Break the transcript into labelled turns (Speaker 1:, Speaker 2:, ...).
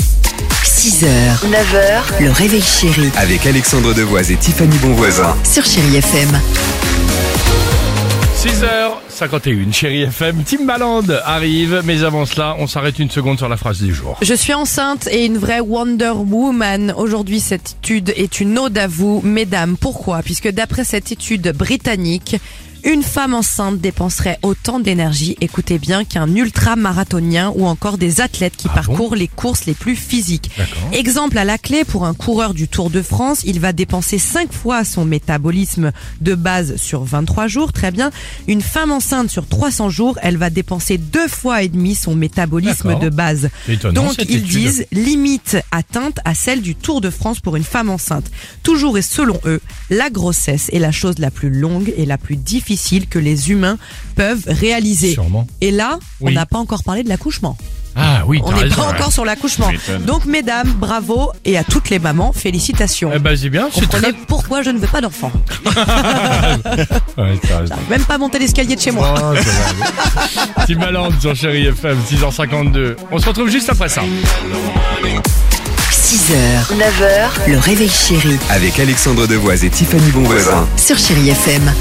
Speaker 1: 6h, 9h, le réveil chéri
Speaker 2: Avec Alexandre Devoise et Tiffany Bonvoisin.
Speaker 1: sur Chérie FM.
Speaker 3: 6h51, chérie FM, Timbaland arrive, mais avant cela, on s'arrête une seconde sur la phrase du jour.
Speaker 4: Je suis enceinte et une vraie Wonder Woman. Aujourd'hui, cette étude est une ode à vous, mesdames. Pourquoi Puisque d'après cette étude britannique, une femme enceinte dépenserait autant d'énergie, écoutez bien, qu'un ultra-marathonien ou encore des athlètes qui parcourent les courses les plus physiques. Exemple à la clé, pour un coureur du Tour de France, il va dépenser 5 fois son métabolisme de base sur 23 jours, très bien. Une femme enceinte sur 300 jours, elle va dépenser deux fois et demi son métabolisme
Speaker 3: D'accord.
Speaker 4: de base.
Speaker 3: C'est étonnant,
Speaker 4: Donc
Speaker 3: cette
Speaker 4: ils
Speaker 3: étude.
Speaker 4: disent limite atteinte à celle du Tour de France pour une femme enceinte. Toujours et selon eux, la grossesse est la chose la plus longue et la plus difficile que les humains peuvent réaliser.
Speaker 3: Sûrement.
Speaker 4: Et là, on
Speaker 3: Oui.
Speaker 4: n'a pas encore parlé de l'accouchement.
Speaker 3: Ah oui,
Speaker 4: On
Speaker 3: t'as
Speaker 4: n'est
Speaker 3: raison,
Speaker 4: pas
Speaker 3: ouais.
Speaker 4: encore sur l'accouchement.
Speaker 3: Tu m'étonnes.
Speaker 4: Donc mesdames, bravo et à toutes les mamans, félicitations.
Speaker 3: Eh ben, c'est bien, c'est
Speaker 4: Comprenez
Speaker 3: très...
Speaker 4: pourquoi je ne veux pas d'enfant.
Speaker 3: Ouais, t'as raison.
Speaker 4: Même pas monter l'escalier de chez moi.
Speaker 3: Ah, c'est vrai. Timbaland sur chérie FM, 6h52. On se retrouve juste après ça.
Speaker 1: 6h, 9h, le réveil chéri
Speaker 2: Avec Alexandre Devoise et Tiffany Bonvoisin.
Speaker 1: sur Chérie FM.